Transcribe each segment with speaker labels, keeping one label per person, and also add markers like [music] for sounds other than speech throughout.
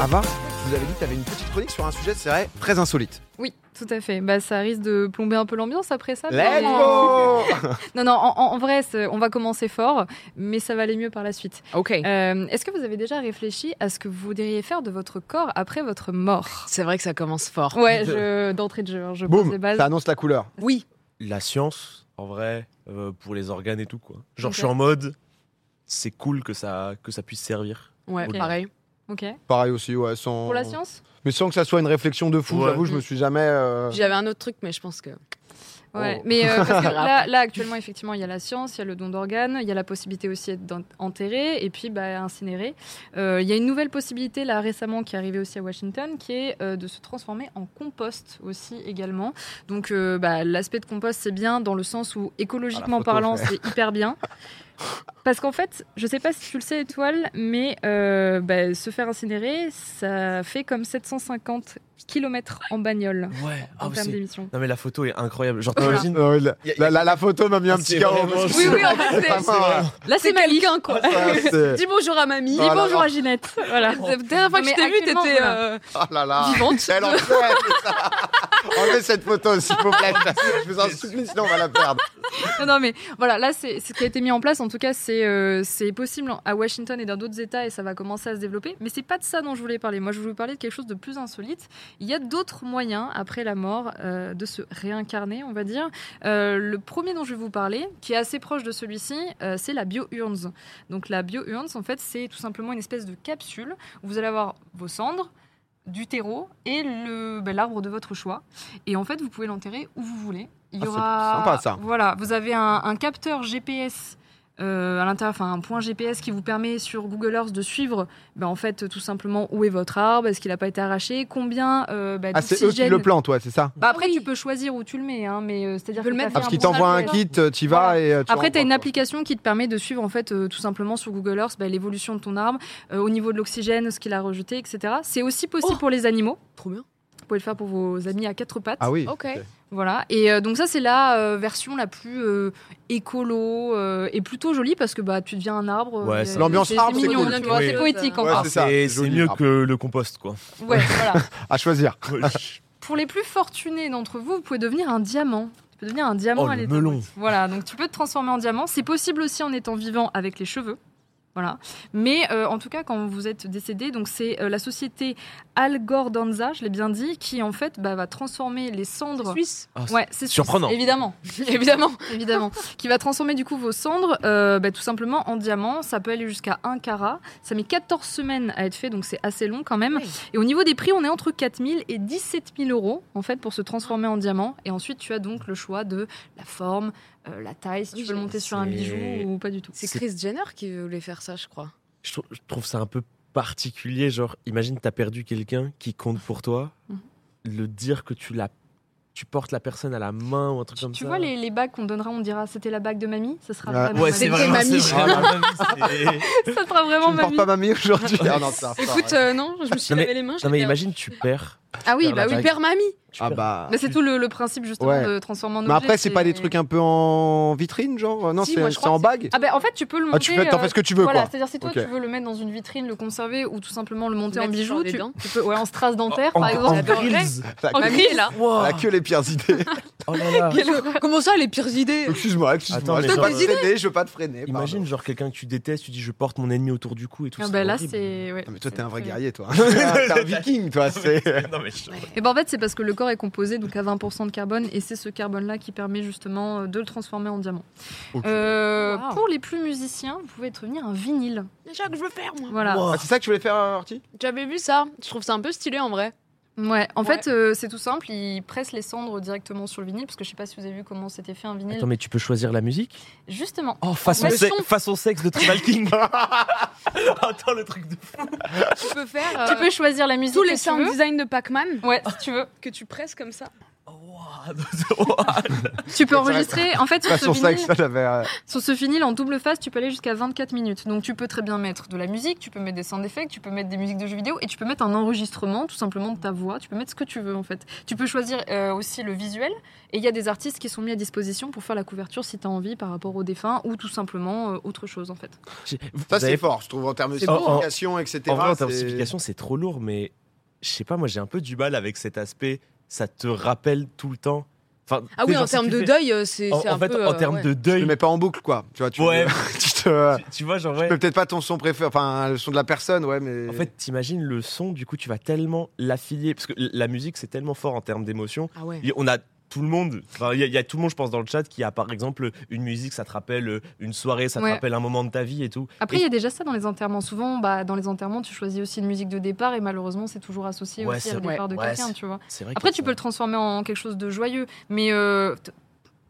Speaker 1: Ava, je vous avais dit que tu avais une petite chronique sur un sujet, c'est vrai, très insolite.
Speaker 2: Oui, tout à fait. Bah, ça risque de plomber un peu l'ambiance après ça.
Speaker 1: Let's
Speaker 2: mais-
Speaker 1: go
Speaker 2: [laughs] Non, non, en, en- en vrai, c'est- on va commencer fort, mais ça va aller mieux par la suite.
Speaker 3: Ok.
Speaker 2: Euh, Est-ce que vous avez déjà réfléchi à ce que vous voudriez faire de votre corps après votre mort
Speaker 3: C'est vrai que ça commence fort.
Speaker 2: Ouais, je- d'entrée de jeu, hein, je pose les
Speaker 1: Boum,
Speaker 2: bases.
Speaker 1: ça annonce la couleur.
Speaker 3: Oui.
Speaker 4: La science, en vrai, euh, pour les organes et tout, quoi. Genre,
Speaker 2: Ok.
Speaker 4: je suis en mode, c'est cool que ça, que ça puisse servir.
Speaker 3: Ouais,
Speaker 2: Ok.
Speaker 3: pareil.
Speaker 2: Ok.
Speaker 1: Pareil aussi, ouais, sans.
Speaker 2: Pour la science
Speaker 1: Mais sans que ça soit une réflexion de fou,
Speaker 4: Ouais.
Speaker 1: j'avoue, je me suis jamais. euh,
Speaker 3: J'avais un autre truc, mais je pense que.
Speaker 2: Ouais.
Speaker 4: Oh.
Speaker 2: Mais euh, parce que
Speaker 4: [laughs]
Speaker 2: là, là, actuellement, effectivement, il y a la science, il y a le don d'organes, il y a la possibilité aussi d'enterrer et puis bah, incinéré. Euh, il y a une nouvelle possibilité, là, récemment, qui est arrivée aussi à Washington, qui est euh, de se transformer en compost aussi, également. Donc, euh, bah, l'aspect de compost, c'est bien dans le sens
Speaker 4: Ah,
Speaker 2: où, écologiquement
Speaker 1: photo,
Speaker 4: [laughs]
Speaker 2: parlant, c'est hyper bien. Parce qu'en fait, je sais pas si tu le sais, Étoile, mais euh, bah, se faire incinérer, ça fait comme 750 km en bagnole
Speaker 4: Ouais,
Speaker 2: en termes d'émissions.
Speaker 4: Non, Ah, mais la photo est
Speaker 1: [laughs]
Speaker 4: incroyable. Genre,
Speaker 1: euh,
Speaker 4: t'imagines.
Speaker 1: euh, la,
Speaker 4: Y a- y a-
Speaker 1: la- la- la photo m'a mis un
Speaker 4: Ah,
Speaker 1: petit
Speaker 4: c'est
Speaker 1: carreau.
Speaker 4: vraiment-
Speaker 2: Oui, oui, en fait,
Speaker 1: Ah, C'est pas
Speaker 2: c'est-
Speaker 1: mal.
Speaker 3: Là, c'est Malik, quoi.
Speaker 1: Ah, c'est-
Speaker 3: [laughs] Dis bonjour à mamie.
Speaker 1: Ah,
Speaker 2: Dis
Speaker 1: là,
Speaker 2: bonjour
Speaker 1: là.
Speaker 2: à Ginette. [laughs] Voilà.
Speaker 3: La dernière fois que
Speaker 2: Mais
Speaker 3: je t'ai vu,
Speaker 2: actuellement,
Speaker 3: t'étais
Speaker 2: voilà.
Speaker 3: euh,
Speaker 1: Oh là là
Speaker 3: vivante.
Speaker 1: Elle en fait, c'est ça. Enlevez cette photo, s'il vous plaît. Je vous en supplie, sinon on va la perdre.
Speaker 2: Non, non, mais voilà, là, c'est c'est ce qui a été mis en place. En tout cas, c'est euh, c'est possible à Washington et dans d'autres États et ça va commencer à se développer. Mais c'est pas de ça dont je voulais parler. Moi, je voulais vous parler de quelque chose de plus insolite. Il y a d'autres moyens, après la mort, euh, de se réincarner, on va dire. Euh, le premier dont je vais vous parler, qui est assez proche de celui-ci, euh, c'est la bio-urns. Donc, la bio-urns, en fait, c'est tout simplement une espèce de capsule où vous allez avoir vos cendres, du terreau et le- ben, l'arbre de votre choix. Et en fait, vous pouvez l'enterrer où vous voulez. Il y
Speaker 1: Ah, c'est
Speaker 2: aura.
Speaker 1: sympa, ça.
Speaker 2: Voilà, vous avez un, un capteur GPS. euh, à l'intérieur, enfin un point GPS qui vous permet sur Google Earth de suivre, ben, en fait tout simplement où est votre arbre, est-ce qu'il n'a pas été arraché, combien euh, ben,
Speaker 1: Ah, c'est eux qui
Speaker 2: d'oxygène-
Speaker 1: le plantent, ouais, c'est ça
Speaker 2: Bah, après
Speaker 3: Oui.
Speaker 2: tu peux choisir où tu le mets, hein, mais euh, c'est-à-dire
Speaker 3: Tu
Speaker 2: que
Speaker 3: peux le
Speaker 2: t'as
Speaker 3: mettre
Speaker 2: fait
Speaker 1: Ah, parce
Speaker 2: un
Speaker 1: qu'ils
Speaker 2: bon
Speaker 1: t'envoient un
Speaker 2: calcul.
Speaker 1: kit, t'y vas et euh, tu
Speaker 2: Après, tu as une
Speaker 1: application.
Speaker 2: application qui te permet de suivre en fait euh, tout simplement sur Google Earth bah, l'évolution de ton arbre, euh, au niveau de l'oxygène, ce qu'il a rejeté, etc. C'est aussi possible
Speaker 3: Oh
Speaker 2: pour les animaux.
Speaker 3: Trop bien.
Speaker 2: Vous pouvez le faire pour vos amis à quatre pattes.
Speaker 1: Ah oui.
Speaker 3: Ok.
Speaker 2: Voilà. Et euh, donc ça, c'est la euh, version la plus euh, écolo euh, et plutôt jolie parce que bah tu deviens un arbre.
Speaker 4: Ouais,
Speaker 2: euh,
Speaker 4: ça-
Speaker 1: L'ambiance arbre, c'est
Speaker 2: mignon,
Speaker 1: cool.
Speaker 2: tu vois,
Speaker 4: Oui.
Speaker 2: c'est poétique
Speaker 3: Ouais,
Speaker 2: encore.
Speaker 4: Ah,
Speaker 1: c'est ça, c'est
Speaker 4: c'est c'est
Speaker 1: joli.
Speaker 4: mieux
Speaker 1: Ah.
Speaker 4: que le
Speaker 1: [laughs]
Speaker 4: compost, quoi.
Speaker 2: Ouais, voilà.
Speaker 1: À choisir.
Speaker 2: Pour les plus fortunés d'entre vous, vous pouvez devenir un diamant. Tu peux devenir un diamant
Speaker 4: Oh,
Speaker 2: à
Speaker 4: le
Speaker 2: l'état
Speaker 4: melon.
Speaker 2: brut. Voilà, donc tu peux te transformer en diamant. C'est possible aussi en étant vivant avec les cheveux. Voilà. Mais euh, en tout cas, quand vous êtes décédé, donc c'est euh, la société Algordanza, je l'ai bien dit, qui en fait bah, va transformer les cendres.
Speaker 3: Suisse.
Speaker 4: Ah, c'est-
Speaker 2: Ouais, c'est suisse, [laughs]
Speaker 4: Surprenant.
Speaker 2: Évidemment,
Speaker 3: Évidemment.
Speaker 2: évidemment. qui va transformer du coup vos cendres euh, bah, tout simplement en diamant. Ça peut aller jusqu'à 1 carat. Ça met 14 semaines à être fait, donc c'est assez long quand même.
Speaker 3: Ouais.
Speaker 2: Et au niveau des prix, on est entre 4000 et 17 000 euros en fait pour se transformer en diamant. Et ensuite, tu as donc le choix de la forme, euh, la taille, si tu
Speaker 3: Oui,
Speaker 2: veux le
Speaker 3: j'ai-
Speaker 2: monter sur un bijou
Speaker 4: c'est-
Speaker 2: ou pas du tout.
Speaker 3: C'est
Speaker 4: C'est-
Speaker 3: Chris Jenner qui voulait faire ça, je crois.
Speaker 4: Je, trou- je trouve ça un peu particulier. Genre, imagine, t'as perdu quelqu'un qui compte pour toi.
Speaker 2: Mhm.
Speaker 4: Le dire que tu la, tu portes la personne à la main ou un truc
Speaker 2: Tu,
Speaker 4: comme
Speaker 2: tu
Speaker 4: ça.
Speaker 2: vois les, les bagues qu'on donnera, on dira c'était la bague de mamie, ça sera
Speaker 1: Ah, Ouais.
Speaker 2: vraiment
Speaker 4: Ouais, c'est
Speaker 2: mamie.
Speaker 4: vraiment,
Speaker 3: mamie.
Speaker 4: c'est vraiment mamie,
Speaker 2: [laughs]
Speaker 4: c'est-
Speaker 2: ça sera
Speaker 1: Tu
Speaker 2: vraiment
Speaker 1: ne portes
Speaker 2: mamie.
Speaker 1: pas mamie
Speaker 2: [laughs]
Speaker 1: aujourd'hui Ah non, ça, ça,
Speaker 3: Écoute,
Speaker 1: ouais.
Speaker 3: euh, non, je me suis
Speaker 4: Non, mais-
Speaker 3: lavé les mains.
Speaker 4: Non, mais
Speaker 3: j'étais-
Speaker 4: imagine, tu perds.
Speaker 3: Ah oui,
Speaker 4: faire la
Speaker 3: bah oui,
Speaker 4: vague.
Speaker 3: père mamie.
Speaker 4: tu
Speaker 1: Ah
Speaker 4: perds.
Speaker 1: bah.
Speaker 2: Mais c'est tout le, le principe justement
Speaker 1: Ouais.
Speaker 2: de transformer en objet.
Speaker 1: Mais après, c'est pas des trucs un peu en vitrine, genre Non,
Speaker 3: Si,
Speaker 1: c'est
Speaker 3: moi, je
Speaker 1: c'est
Speaker 3: crois
Speaker 1: en
Speaker 3: que
Speaker 1: bague
Speaker 2: Ah ben en fait tu peux le monter.
Speaker 1: Ah, tu fais, t'en
Speaker 2: euh,
Speaker 1: fais ce que tu veux,
Speaker 2: voilà,
Speaker 1: quoi.
Speaker 2: c'est-à-dire si toi
Speaker 1: Ok.
Speaker 2: tu veux le mettre dans une vitrine, le conserver ou tout simplement le monter
Speaker 3: Le
Speaker 2: en
Speaker 3: mettre
Speaker 2: bijou,
Speaker 3: sur les
Speaker 2: tu,
Speaker 3: dents.
Speaker 2: tu peux ouais en strasse dentaire
Speaker 4: En-
Speaker 2: par
Speaker 4: en
Speaker 2: exemple. Bah,
Speaker 4: grills.
Speaker 1: La,
Speaker 3: Mamie
Speaker 2: [laughs]
Speaker 3: est là.
Speaker 4: Wow.
Speaker 1: la queue, les pires
Speaker 4: [laughs]
Speaker 1: idées.
Speaker 4: Oh là là.
Speaker 3: Comment ça, les pires idées
Speaker 1: Excuse-moi,
Speaker 4: Attends,
Speaker 1: excuse-moi.
Speaker 4: mais
Speaker 1: Je veux pas te
Speaker 4: genre,
Speaker 1: freiner, je veux pas te freiner. pardon.
Speaker 4: Imagine, genre, quelqu'un que tu détestes, tu dis je porte mon ennemi autour du cou et tout
Speaker 2: Ah
Speaker 4: ça.
Speaker 3: bah
Speaker 2: ben là
Speaker 4: horrible. [laughs]
Speaker 2: c'est ouais.
Speaker 1: Non, Ah, mais toi,
Speaker 2: c'est
Speaker 1: t'es un vrai
Speaker 2: très bien.
Speaker 1: guerrier, toi. t'es un viking, toi. C'est.
Speaker 4: Non, mais je-
Speaker 2: Et ben en fait, c'est parce que le corps est composé donc à 20% de carbone et c'est ce carbone-là qui permet justement euh, de le transformer en diamant.
Speaker 1: Ok.
Speaker 2: Euh,
Speaker 3: Wow.
Speaker 2: Pour les plus musiciens, vous pouvez devenir un vinyle.
Speaker 3: Déjà que je veux faire, moi.
Speaker 2: Voilà.
Speaker 1: Ah, c'est ça que tu voulais faire, euh, Artie
Speaker 3: J'avais vu ça. Je trouve ça un peu stylé en vrai.
Speaker 2: Ouais. En
Speaker 3: Ouais.
Speaker 2: fait, euh, c'est tout simple. Ils pressent les cendres directement sur le vinyle parce que je sais pas si vous avez vu comment c'était fait un vinyle.
Speaker 4: Attends, mais tu peux choisir la musique
Speaker 2: Justement.
Speaker 4: Oh, façon,
Speaker 2: fait,
Speaker 4: se-
Speaker 2: son-
Speaker 4: façon sexe de Tribal [laughs] King Attends, le truc de fou
Speaker 3: Tu peux faire
Speaker 2: Tu peux choisir la musique.
Speaker 3: Euh, tous les
Speaker 2: que tu
Speaker 3: sound
Speaker 2: veux.
Speaker 3: design de Pac-Man
Speaker 2: Ouais, si tu veux.
Speaker 3: que tu presses comme ça.
Speaker 4: Oh, wow. [laughs]
Speaker 2: Tu peux
Speaker 1: Ouais, ça
Speaker 2: enregistrer. En fait, sur
Speaker 1: Pas
Speaker 2: ce,
Speaker 1: sur ça que
Speaker 2: vinyle,
Speaker 1: ça, j'avais. euh,
Speaker 2: sur ce vinyle, en double phase, tu peux aller jusqu'à 24 minutes. Donc, tu peux très bien mettre de la musique, tu peux mettre des sound effects, tu peux mettre des musiques de jeux vidéo et tu peux mettre un enregistrement tout simplement de ta voix. Tu peux mettre ce que tu veux en fait. Tu peux choisir euh, aussi le visuel et il y a des artistes qui sont mis à disposition pour faire la couverture si tu as envie par rapport aux défunts ou tout simplement euh, autre chose en fait.
Speaker 4: J'ai- vous
Speaker 1: Ça, c'est
Speaker 4: avez-
Speaker 1: fort, je trouve, en termes de
Speaker 4: C'est beau, hein.
Speaker 1: signification, etc.
Speaker 4: En vrai, en
Speaker 1: c'est-
Speaker 4: termes de signification, c'est trop lourd, mais je sais pas, moi j'ai un peu du mal avec cet aspect. Ça te rappelle tout le temps. Enfin,
Speaker 3: Ah oui,
Speaker 4: genre,
Speaker 3: en
Speaker 4: si
Speaker 3: termes
Speaker 4: tu
Speaker 3: de
Speaker 4: fais-
Speaker 3: deuil, euh, c'est
Speaker 4: En,
Speaker 3: c'est
Speaker 4: en
Speaker 3: un
Speaker 4: fait,
Speaker 3: peu. euh,
Speaker 4: en termes
Speaker 3: ouais.
Speaker 4: de
Speaker 1: Tu
Speaker 4: deuil,
Speaker 1: le mets pas en boucle, quoi. Tu vois, tu,
Speaker 4: Ouais.
Speaker 1: [laughs] tu te. euh,
Speaker 4: tu, tu vois, genre,
Speaker 1: tu
Speaker 4: ouais.
Speaker 1: peux peut-être pas ton son préféré, enfin le son de la personne, ouais, mais.
Speaker 4: En fait, t'imagines le son, du coup, tu vas tellement l'affilier. Parce que l- la musique, c'est tellement fort en termes d'émotion.
Speaker 3: Ah ouais.
Speaker 4: Y- On a tout le monde, enfin, il y, a- il y a tout le monde, je pense, dans le chat qui a par exemple une musique, ça te rappelle euh, une soirée, ça
Speaker 2: Ouais.
Speaker 4: te rappelle un moment de ta vie et tout.
Speaker 2: Après, il y a déjà ça dans les enterrements. Souvent, bah, dans les enterrements, tu choisis aussi une musique de départ et malheureusement, c'est toujours associé
Speaker 4: Ouais,
Speaker 2: aussi
Speaker 4: c'est
Speaker 2: à le
Speaker 4: vrai.
Speaker 2: départ de
Speaker 4: Ouais,
Speaker 2: quelqu'un,
Speaker 4: c'est-
Speaker 2: tu vois.
Speaker 4: C'est vrai
Speaker 2: Après, tu peux le transformer en quelque chose de joyeux, mais euh, t-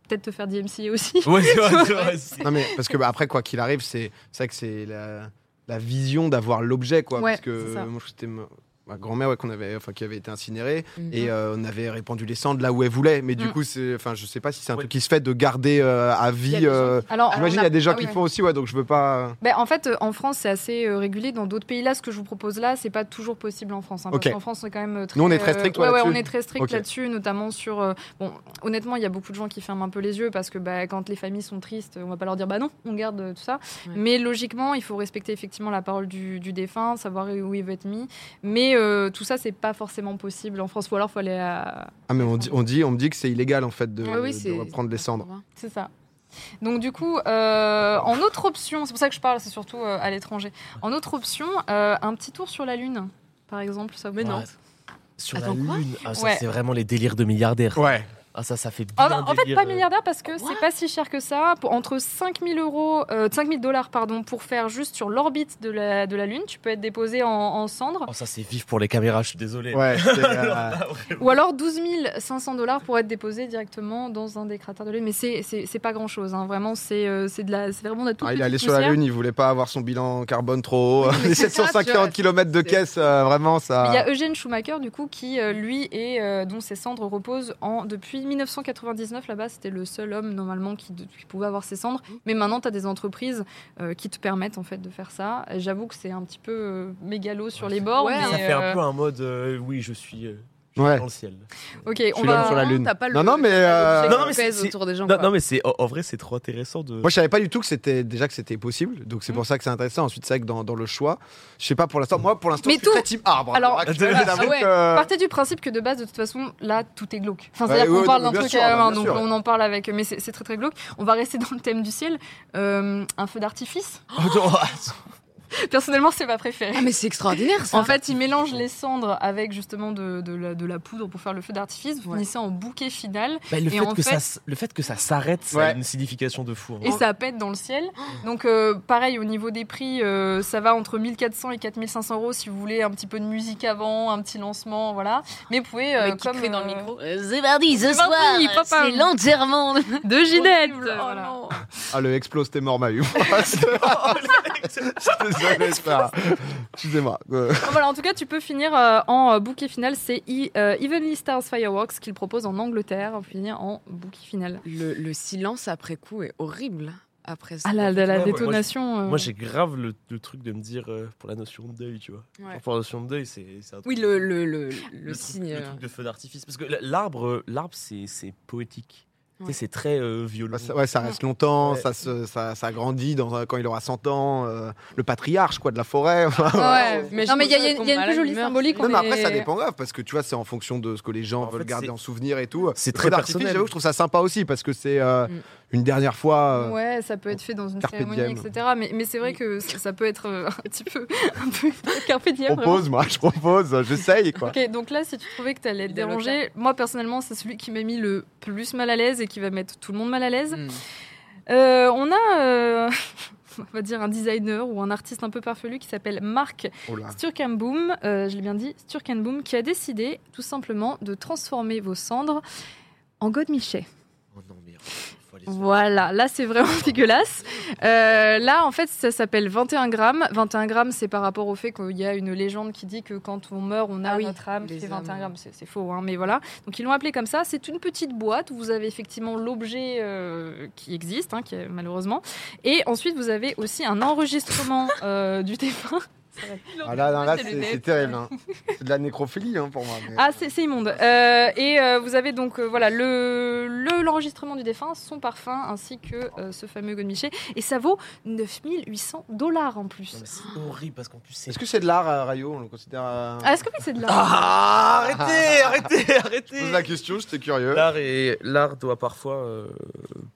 Speaker 2: peut-être te faire DMCA aussi. [laughs]
Speaker 4: [laughs] Ouais, c'est vrai, c'est vrai.
Speaker 1: Non mais parce que bah, après quoi qu'il arrive, c'est c'est vrai que c'est la, la vision d'avoir l'objet quoi.
Speaker 2: Ouais,
Speaker 1: parce que
Speaker 2: c'est ça.
Speaker 1: moi c'était ma, ma grand-mère ouais, qu'on avait, enfin qui avait été incinérée
Speaker 3: Mhm.
Speaker 1: et euh, on avait répandu les cendres là où elle voulait. Mais du
Speaker 2: Mm-hmm. Mm.
Speaker 1: coup c'est, enfin je sais pas si c'est un
Speaker 4: Ouais.
Speaker 1: truc qui se fait de garder euh, à
Speaker 3: Il y a
Speaker 1: vie.
Speaker 3: des gens
Speaker 1: euh,
Speaker 3: qui-
Speaker 2: Alors,
Speaker 1: J'imagine
Speaker 2: on
Speaker 1: il y a des gens
Speaker 2: ah
Speaker 1: qui
Speaker 2: oui,
Speaker 1: le font aussi ouais, donc je veux pas.
Speaker 2: Ben, en fait, euh, en France, c'est assez euh, régulé. Dans d'autres pays, là, ce que je vous propose là, c'est pas toujours possible en France. hein,
Speaker 1: Ok.
Speaker 2: Parce qu'en France, on est quand même euh, très.
Speaker 1: Nous, on est très strict,
Speaker 2: euh, ouais,
Speaker 1: toi,
Speaker 2: ouais, on
Speaker 1: là-dessus
Speaker 2: est très strict
Speaker 1: Ok.
Speaker 2: là-dessus, notamment sur. euh, bon, honnêtement, il y a beaucoup de gens qui ferment un peu les yeux parce que bah, quand les familles sont tristes, on va pas leur dire bah non, on garde euh, tout ça.
Speaker 3: Ouais.
Speaker 2: Mais logiquement, il faut respecter effectivement la parole du, du défunt, savoir où il veut être mis. Mais euh, tout ça, c'est pas forcément possible en France. Ou alors, faut aller à,
Speaker 1: Ah mais on dit, on dit, on me dit que c'est illégal en fait de,
Speaker 2: Ah
Speaker 3: Ouais, oui,
Speaker 1: de
Speaker 3: c'est-
Speaker 1: reprendre les
Speaker 2: [laughs]
Speaker 3: c'est
Speaker 1: cendres.
Speaker 3: pas
Speaker 2: C'est ça. Donc du coup, euh, en autre option, c'est pour ça que je parle, c'est surtout euh, à l'étranger. En autre option, euh, un petit tour sur la lune, par exemple, ça. vous
Speaker 3: Mais
Speaker 2: dit
Speaker 3: non.
Speaker 4: Ouais. Sur
Speaker 3: Attends,
Speaker 4: la
Speaker 3: quoi
Speaker 4: lune, ah, ça
Speaker 2: Ouais.
Speaker 4: c'est vraiment les délires de milliardaires.
Speaker 1: Ouais.
Speaker 4: Ah, ça, ça fait bien
Speaker 2: Ah non, en fait,
Speaker 4: délire,
Speaker 2: pas
Speaker 4: euh.
Speaker 2: milliardaire parce que
Speaker 3: What
Speaker 2: c'est pas si cher que ça. Pour, entre 5000 euros, euh, 5000 dollars pardon, pour faire juste sur l'orbite de la, de la Lune, tu peux être déposé en, en cendres.
Speaker 4: Oh, ça c'est vif pour les caméras, je suis désolé.
Speaker 1: Ouais.
Speaker 2: [laughs]
Speaker 1: c'est, euh,
Speaker 2: Ou alors 12 500 dollars pour être déposé directement dans un des cratères de la Lune. Mais c'est- c'est c'est pas grand chose, vraiment, c'est euh, c'est de la- c'est vraiment de la toute
Speaker 1: Ah, il est
Speaker 2: petite
Speaker 1: allé sur la
Speaker 2: poussière.
Speaker 1: Lune, il voulait pas avoir son bilan carbone trop haut.
Speaker 2: Oui,
Speaker 1: [laughs]
Speaker 2: mais
Speaker 1: Les
Speaker 2: c'est ça, tu vois,
Speaker 1: 750 km de
Speaker 2: c'est-
Speaker 1: caisse, euh, vraiment,
Speaker 2: Mais Il y
Speaker 1: ça.
Speaker 2: a Eugène Schumacher, du coup, qui, euh, lui, et dont ses cendres reposent en, depuis 1999 là-bas. C'était le seul homme, normalement, qui, de- qui pouvait avoir ses cendres.
Speaker 1: Mm.
Speaker 2: Mais maintenant, tu as des entreprises euh, qui te permettent, en fait, de faire ça. Et J'avoue que c'est un petit peu euh, mégalo sur
Speaker 4: Ouais,
Speaker 2: les
Speaker 4: c'est-
Speaker 2: bords.
Speaker 3: ouais,
Speaker 2: mais,
Speaker 4: Ça fait un
Speaker 2: euh,
Speaker 4: peu un mode euh, oui, je suis, euh, je suis
Speaker 1: Ouais.
Speaker 4: dans le ciel.
Speaker 2: Ok, on
Speaker 1: suis l'homme
Speaker 2: va...
Speaker 1: sur la Lune.
Speaker 3: Bah, T'as pas le-
Speaker 1: Non, non, mais,
Speaker 3: t'as pas l'objet
Speaker 4: euh, Non, mais
Speaker 3: qui pèse
Speaker 4: c'est-
Speaker 3: autour des gens.
Speaker 4: Non,
Speaker 3: quoi.
Speaker 4: non, mais c'est en, en vrai, c'est trop intéressant de. [laughs]
Speaker 1: Moi, je savais pas du tout que c'était déjà que c'était possible, donc c'est
Speaker 2: Mm.
Speaker 1: pour ça que c'est intéressant. Ensuite, c'est vrai que dans, dans le choix, je sais pas pour l'instant. Moi, pour l'instant,
Speaker 2: Mais
Speaker 1: je suis
Speaker 2: tout-
Speaker 1: très team arbre.
Speaker 2: Alors,
Speaker 1: Ah, j'avoue
Speaker 2: ah [laughs] ouais,
Speaker 1: que-
Speaker 2: Partez du principe que de base, de toute façon, là, tout est glauque. Enfin, c'est-à-dire
Speaker 1: Ouais,
Speaker 2: qu'on
Speaker 1: ouais,
Speaker 2: parle
Speaker 1: non,
Speaker 2: d'un
Speaker 1: mais bien
Speaker 2: truc
Speaker 1: sûr,
Speaker 2: à la
Speaker 1: bah,
Speaker 2: main,
Speaker 1: bien
Speaker 2: donc
Speaker 1: sûr.
Speaker 2: on en parle avec. Mais c'est c'est très très glauque. On va rester dans le thème du ciel. Euh, un feu d'artifice.
Speaker 4: Oh, non, ah,
Speaker 2: Personnellement, c'est ma préférée.
Speaker 3: Ah, mais c'est
Speaker 2: [laughs]
Speaker 3: extraordinaire ça.
Speaker 2: En fait, il mélange les cendres avec justement de, de la, de la poudre pour faire le feu d'artifice. Vous
Speaker 3: Ouais.
Speaker 2: finissez en bouquet final
Speaker 4: bah, le,
Speaker 2: Et
Speaker 4: fait
Speaker 2: en
Speaker 4: que
Speaker 2: fait-
Speaker 4: ça, s- le fait que ça s'arrête, ça a
Speaker 1: Ouais.
Speaker 4: une signification de fou. hein.
Speaker 2: et ça pète dans le ciel. Donc, euh, pareil, au niveau des prix, euh, ça va entre 1400 et 4500 euros si vous voulez un petit peu de musique avant, un petit lancement, voilà. Mais vous pouvez,
Speaker 3: Ah bah,
Speaker 2: euh, comme. euh,
Speaker 3: C'est mardi ce
Speaker 2: soir, c'est
Speaker 3: l'enterrement
Speaker 2: [laughs] De Ginette
Speaker 3: Horrible, oh
Speaker 2: voilà.
Speaker 3: non.
Speaker 1: Ah, le explose tes morts, m'a [laughs] eu. Désolé, ça. Excusez-moi. Euh,
Speaker 2: Bon, voilà, en tout cas, tu peux finir euh, en euh, bouquet final. C'est I- euh, Evenly Stars Fireworks qu'il propose en Angleterre. Finir en bouquet final.
Speaker 3: Le, le silence après coup est horrible. hein, Après ça.
Speaker 2: Ah la, la, la
Speaker 4: Ouais, ouais.
Speaker 2: détonation. euh.
Speaker 4: Moi, j'ai grave le, le truc de me dire euh, pour la notion de deuil, tu vois.
Speaker 3: Ouais.
Speaker 4: Genre, Pour la notion de deuil, c'est c'est un truc.
Speaker 3: Oui, le, le, le, le
Speaker 4: truc-
Speaker 3: signe.
Speaker 4: le
Speaker 3: euh,
Speaker 4: truc de feu d'artifice. Parce que la- l'arbre, euh, l'arbre, c'est c'est poétique. Tu sais,
Speaker 3: Ouais.
Speaker 4: c'est très euh, violent.
Speaker 1: bah, ça- ouais, ça reste longtemps,
Speaker 4: Ouais.
Speaker 1: ça, se- ça, ça grandit dans, un- quand il aura 100 ans. euh, le patriarche, quoi, de la forêt. [laughs]
Speaker 2: Ah Ouais.
Speaker 3: Mais
Speaker 2: non, mais il y a,
Speaker 3: je
Speaker 2: il y a- il y a
Speaker 3: comprends
Speaker 2: une
Speaker 3: pas,
Speaker 2: plus jolie
Speaker 3: l'humeur,
Speaker 2: symbolique.
Speaker 1: Non,
Speaker 2: on
Speaker 1: mais après,
Speaker 2: est-
Speaker 1: ça dépend grave parce que tu vois, c'est en fonction de ce que les gens
Speaker 4: En
Speaker 1: veulent
Speaker 4: fait,
Speaker 1: garder
Speaker 4: c'est-
Speaker 1: en souvenir et tout.
Speaker 4: C'est
Speaker 1: Le
Speaker 4: très
Speaker 1: feu d'artifice,
Speaker 4: personnel.
Speaker 1: J'avoue, je trouve ça sympa aussi parce que c'est euh,
Speaker 3: Mm.
Speaker 1: une dernière fois. euh,
Speaker 2: Ouais, ça peut être fait dans une
Speaker 1: Carpe
Speaker 2: cérémonie,
Speaker 1: diem.
Speaker 2: etc. Mais, mais c'est vrai que ça, ça peut être euh, un petit peu, [laughs] un peu carpe diem. vraiment.
Speaker 1: Propose, moi, [laughs] je propose, j'essaye, quoi.
Speaker 2: Ok, donc là, si tu trouvais que t'allais te
Speaker 3: Il y a l'autre
Speaker 2: déranger, moi personnellement, c'est celui qui m'a mis le plus mal à l'aise et qui va mettre tout le monde mal à l'aise.
Speaker 3: Hmm.
Speaker 2: Euh, on a, euh, [laughs] on va dire, un designer ou un artiste un peu parfelu qui s'appelle Marc
Speaker 1: Oh là.
Speaker 2: Sturkenboom, euh, je l'ai bien dit, Sturkenboom, qui a décidé tout simplement de transformer vos cendres en godemichet.
Speaker 4: Oh non, mais. oh, faut l'histoire.
Speaker 2: Voilà, là c'est
Speaker 3: [laughs]
Speaker 2: vraiment [laughs] dégueulasse. Euh, là en fait ça s'appelle 21 grammes. 21 grammes c'est par rapport au fait qu'il y a une légende qui dit que quand on meurt on a
Speaker 3: Ah oui,
Speaker 2: notre âme qui
Speaker 3: les
Speaker 2: fait 21
Speaker 3: âmes.
Speaker 2: grammes. C'est c'est faux, hein, mais voilà. Donc ils l'ont appelé comme ça. C'est une petite boîte où vous avez effectivement l'objet euh, qui existe, hein, qui est- malheureusement. Et ensuite vous avez aussi un enregistrement euh, du [laughs] défunt.
Speaker 1: Ah là, là, là,
Speaker 2: C'est le
Speaker 1: c'est
Speaker 2: nez.
Speaker 1: c'est terrible.
Speaker 2: [laughs]
Speaker 1: hein. C'est de la nécrophilie hein, pour moi. mais-
Speaker 2: Ah, c'est c'est immonde. Euh, et euh, vous avez donc euh, voilà le le- l'enregistrement du défunt, son parfum ainsi que euh, ce fameux godemiché. Et ça vaut 9800 dollars en plus.
Speaker 4: Non, mais C'est horrible parce qu'en plus c'est.
Speaker 1: Est-ce que c'est de l'art, euh, Rayo On le considère. euh,
Speaker 2: Ah, Est-ce que oui, c'est de l'art
Speaker 4: Ah, [laughs] arrêtez, arrêtez,
Speaker 1: Je pose
Speaker 4: arrêtez.
Speaker 1: la question, j'étais curieux.
Speaker 4: L'art et l'art doit parfois. euh,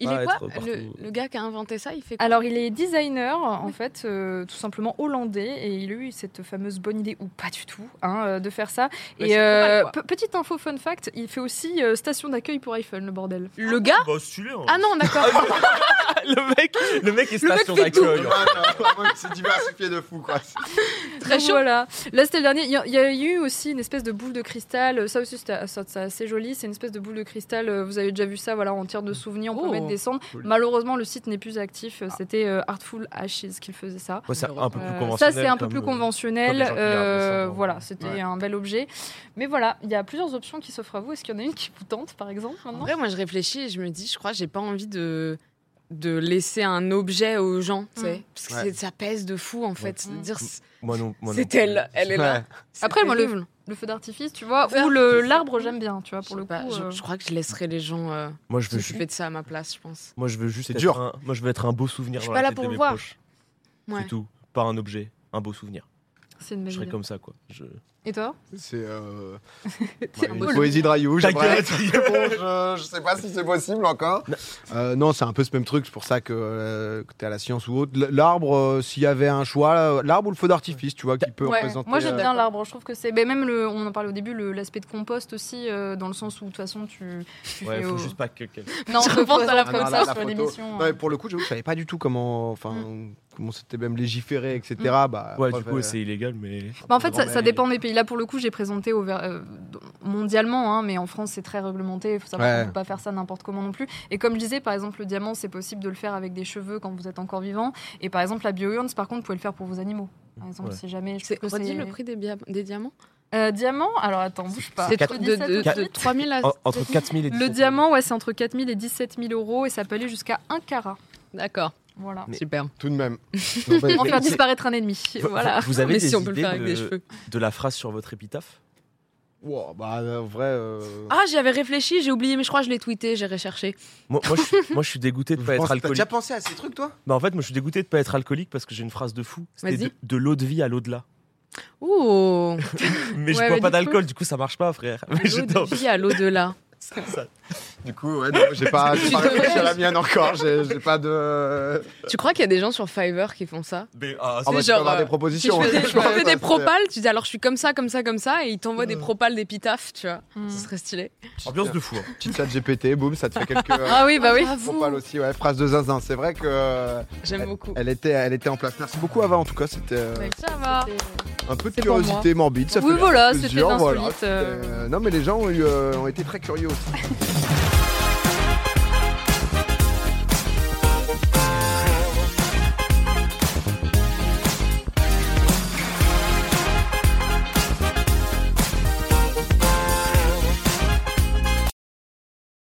Speaker 3: Il
Speaker 4: pas
Speaker 3: est quoi
Speaker 4: être partout.
Speaker 3: le, le gars qui a inventé ça, il fait quoi
Speaker 2: Alors, il est designer, en fait, euh, tout simplement hollandais, et il a eu cette fameuse bonne idée, ou pas du tout, hein, euh, de faire ça.
Speaker 3: Mais
Speaker 2: et
Speaker 3: Bah,
Speaker 2: euh,
Speaker 3: c'est pas mal, quoi.
Speaker 2: pe- petite info, fun fact, il fait aussi euh, station d'accueil pour iPhone, le bordel.
Speaker 3: Le gars
Speaker 4: Bah, celui-là, hein.
Speaker 3: Ah non, d'accord.
Speaker 4: [laughs] le mec, le mec est
Speaker 3: Le mec
Speaker 4: station
Speaker 3: fait tout.
Speaker 1: Ouais,
Speaker 4: d'accueil.
Speaker 1: non,
Speaker 4: hein.
Speaker 1: vraiment, C'est diversifié de fou, quoi.
Speaker 3: Très
Speaker 2: Donc
Speaker 3: chaud.
Speaker 2: Voilà. Là, c'était le dernier. Il y a- il y, a eu aussi une espèce de boule de cristal. Ça aussi, c'était ça- ça- assez joli. C'est une espèce de boule de cristal. Euh, Vous avez déjà vu ça, voilà, en tir de souvenirs. On peut
Speaker 3: Oh.
Speaker 2: mettre des cendres.
Speaker 1: Cool.
Speaker 2: Malheureusement, le site n'est plus actif. Euh, C'était euh, Artful Ashes qui faisait ça.
Speaker 4: Ouais, c'est un peu
Speaker 2: Euh,
Speaker 4: plus conventionnel.
Speaker 2: ça, c'est un peu
Speaker 4: comme
Speaker 2: plus
Speaker 4: le-
Speaker 2: conventionnel.
Speaker 4: comme les gens qui gardent
Speaker 2: Euh,
Speaker 4: des cendres.
Speaker 2: voilà, c'était
Speaker 1: Ouais.
Speaker 2: un bel objet. Mais voilà, il y a plusieurs options qui s'offrent à vous. Est-ce qu'il y en a une qui vous tente, par exemple,
Speaker 3: En
Speaker 2: maintenant
Speaker 3: vrai, moi, je réfléchis et je me dis, je crois, j'ai pas envie de de laisser un objet aux gens, tu sais,
Speaker 2: Mm.
Speaker 3: parce que
Speaker 1: Ouais.
Speaker 3: c'est- ça pèse de fou en fait.
Speaker 2: Mm.
Speaker 3: De Dire c'est
Speaker 4: Moi non, moi non
Speaker 3: c'est
Speaker 4: plus.
Speaker 3: elle, elle est là.
Speaker 1: Ouais.
Speaker 3: C'est
Speaker 2: Après, moi,
Speaker 3: terrible.
Speaker 2: le, le feu d'artifice, tu vois,
Speaker 3: Feu
Speaker 2: ou le- l'arbre, j'aime bien, tu vois,
Speaker 3: Je sais
Speaker 2: pour le coup.
Speaker 3: pas, je,
Speaker 2: euh,
Speaker 3: je crois que je laisserai les gens euh,
Speaker 4: Moi je veux juste.
Speaker 3: s'occuper de ça à ma place, je pense.
Speaker 4: Moi je veux juste.
Speaker 1: C'est
Speaker 4: être
Speaker 1: dur.
Speaker 4: un- Moi je veux être un beau souvenir.
Speaker 3: Je suis
Speaker 4: dans
Speaker 3: pas là
Speaker 4: la tête
Speaker 3: pour
Speaker 4: de
Speaker 3: le
Speaker 4: mes
Speaker 3: voir.
Speaker 4: proches.
Speaker 3: Ouais.
Speaker 4: C'est tout. Pas un objet, un beau souvenir.
Speaker 2: C'est une belle
Speaker 4: Je serais
Speaker 2: idée.
Speaker 4: comme ça quoi. Je...
Speaker 2: Et toi
Speaker 1: C'est
Speaker 2: [laughs]
Speaker 1: euh,
Speaker 2: T'es un
Speaker 1: une
Speaker 2: peu le-
Speaker 1: poésie de Rayou.
Speaker 4: Ta
Speaker 1: j'aimerais.
Speaker 4: gueule, [laughs] ta gueule.
Speaker 1: [laughs] Bon, je, je sais pas si c'est possible encore.
Speaker 4: Non.
Speaker 1: Euh, non, c'est un peu ce même truc, c'est pour ça que, euh, que t'es à la science ou autre. L- L'arbre, euh, s'il y avait un choix, là, l'arbre ou le feu d'artifice, tu vois, qui peut
Speaker 2: Ouais.
Speaker 1: représenter.
Speaker 2: Moi j'aime
Speaker 1: euh,
Speaker 2: bien l'arbre, je trouve que c'est. ben, même le, on en parlait au début, le- l'aspect de compost aussi, euh, dans le sens où de toute façon
Speaker 1: [laughs]
Speaker 2: tu. tu
Speaker 4: Ouais,
Speaker 2: fais
Speaker 4: faut
Speaker 2: au-
Speaker 4: juste pas que. que-
Speaker 2: Non,
Speaker 3: Je
Speaker 2: je
Speaker 3: pense
Speaker 2: pense
Speaker 3: à la
Speaker 1: Ah,
Speaker 2: comme
Speaker 1: non, la-
Speaker 2: ça
Speaker 1: la
Speaker 2: sur hein.
Speaker 1: photo.
Speaker 2: l'émission.
Speaker 3: hein.
Speaker 1: Non, mais pour le coup, j'avoue, je savais pas du tout comment, enfin,
Speaker 3: Hmm.
Speaker 1: comment c'était même légiféré, etc. Bah,
Speaker 4: Ouais,
Speaker 1: après,
Speaker 4: du coup
Speaker 1: euh,
Speaker 4: c'est illégal mais.
Speaker 2: Bah, en fait, ça,
Speaker 1: Grand-mère,
Speaker 2: ça
Speaker 1: il-
Speaker 2: dépend des pays. Là, pour le coup, j'ai présenté au ver- euh, mondialement, hein, mais en France, c'est très réglementé. Il faut savoir
Speaker 1: Ouais.
Speaker 2: qu'on ne peut pas faire ça n'importe comment non plus. Et comme je disais, par exemple, le diamant, c'est possible de le faire avec des cheveux quand vous êtes encore vivant. Et par exemple, la biourne, par contre, vous pouvez le faire pour vos animaux. Par exemple,
Speaker 4: Ouais.
Speaker 2: si jamais. Je
Speaker 3: C'est
Speaker 2: trouve que
Speaker 3: redis
Speaker 2: c'est-
Speaker 3: le prix des, bia- des diamants
Speaker 2: Euh, Diamant, alors attends, bouge pas.
Speaker 3: C'est
Speaker 2: Je te dis
Speaker 3: de,
Speaker 2: ça
Speaker 3: de,
Speaker 2: tout de
Speaker 3: de
Speaker 2: suite.
Speaker 3: 3000 à
Speaker 4: En- entre 4000 et 17
Speaker 2: Le
Speaker 4: 000.
Speaker 2: diamant, ouais, c'est entre 4000 et 17 000 euros et ça peut aller jusqu'à 1 carat.
Speaker 3: D'accord,
Speaker 2: Voilà.
Speaker 4: Mais-
Speaker 3: super.
Speaker 1: tout de
Speaker 3: [laughs]
Speaker 1: même.
Speaker 2: En faire
Speaker 4: c'est-
Speaker 2: disparaître un ennemi.
Speaker 4: Vous-
Speaker 2: Voilà.
Speaker 4: Vous avez
Speaker 3: Mais
Speaker 4: des
Speaker 3: si on peut le
Speaker 4: idées
Speaker 3: faire avec des
Speaker 4: de,
Speaker 3: cheveux.
Speaker 4: de la phrase sur votre épitaphe
Speaker 1: Wow, bah, en vrai. euh,
Speaker 3: Ah, j'y avais réfléchi, j'ai oublié, mais je crois que je l'ai tweeté, j'ai recherché.
Speaker 4: moi, moi, je suis, moi, je suis dégoûté de
Speaker 1: je
Speaker 4: pas
Speaker 1: pense
Speaker 4: être
Speaker 1: que T'as déjà
Speaker 4: alcoolique.
Speaker 1: pensé à ces trucs, toi
Speaker 4: Bah, en fait, moi, je suis dégoûté de pas être alcoolique parce que j'ai une phrase de fou. C'était
Speaker 3: Vas-y.
Speaker 4: de, de l'eau de vie à l'au-delà. [laughs]
Speaker 3: Ouh
Speaker 4: Mais je
Speaker 2: Ouais,
Speaker 4: bois
Speaker 2: mais
Speaker 4: pas
Speaker 2: du
Speaker 4: d'alcool, du coup, ça marche pas, frère. [laughs] Mais je-
Speaker 3: L'eau
Speaker 4: non,
Speaker 3: de vie à l'au-delà.
Speaker 4: c'est ça.
Speaker 1: Du coup, ouais, non, j'ai pas, j'ai pas
Speaker 3: Tu
Speaker 1: réfléchi
Speaker 3: devrais.
Speaker 1: à la mienne encore. J'ai j'ai pas de.
Speaker 3: Tu crois qu'il y a des gens sur Fiverr qui font ça
Speaker 4: Mais,
Speaker 1: Ah
Speaker 4: ah,
Speaker 1: bah, tu peux
Speaker 3: genre,
Speaker 1: avoir
Speaker 3: euh,
Speaker 1: des
Speaker 3: si je
Speaker 1: propositions. [laughs]
Speaker 3: fais des,
Speaker 1: je
Speaker 3: je fais
Speaker 1: pense,
Speaker 3: des
Speaker 1: parce que-
Speaker 3: propales, tu dis alors je suis comme ça, comme ça, comme ça, et ils t'envoient
Speaker 1: Mm.
Speaker 3: des propales d'épitaphe, tu vois.
Speaker 2: Hmm.
Speaker 3: Ce serait stylé.
Speaker 1: Ah,
Speaker 4: c'est ambiance de fou. hein.
Speaker 1: Petit chat GPT, boum, ça te fait quelques. euh,
Speaker 3: Eh
Speaker 2: Ah oui, bah oui.
Speaker 3: Bravo.
Speaker 1: propales aussi, ouais, phrase de zinzin. C'est vrai que euh,
Speaker 3: J'aime beaucoup.
Speaker 1: elle était, elle était en place. Merci beaucoup Ava en tout cas, c'était euh,
Speaker 3: Bah, Ça va.
Speaker 1: un peu de
Speaker 3: c'est pour
Speaker 1: curiosité morbide. Ça
Speaker 2: Oui,
Speaker 1: fait
Speaker 2: voilà,
Speaker 1: plaisir,
Speaker 2: c'était
Speaker 1: voilà,
Speaker 2: insolite, euh.
Speaker 1: c'était, euh, Non mais les gens ont, eu, euh, ont été très curieux aussi.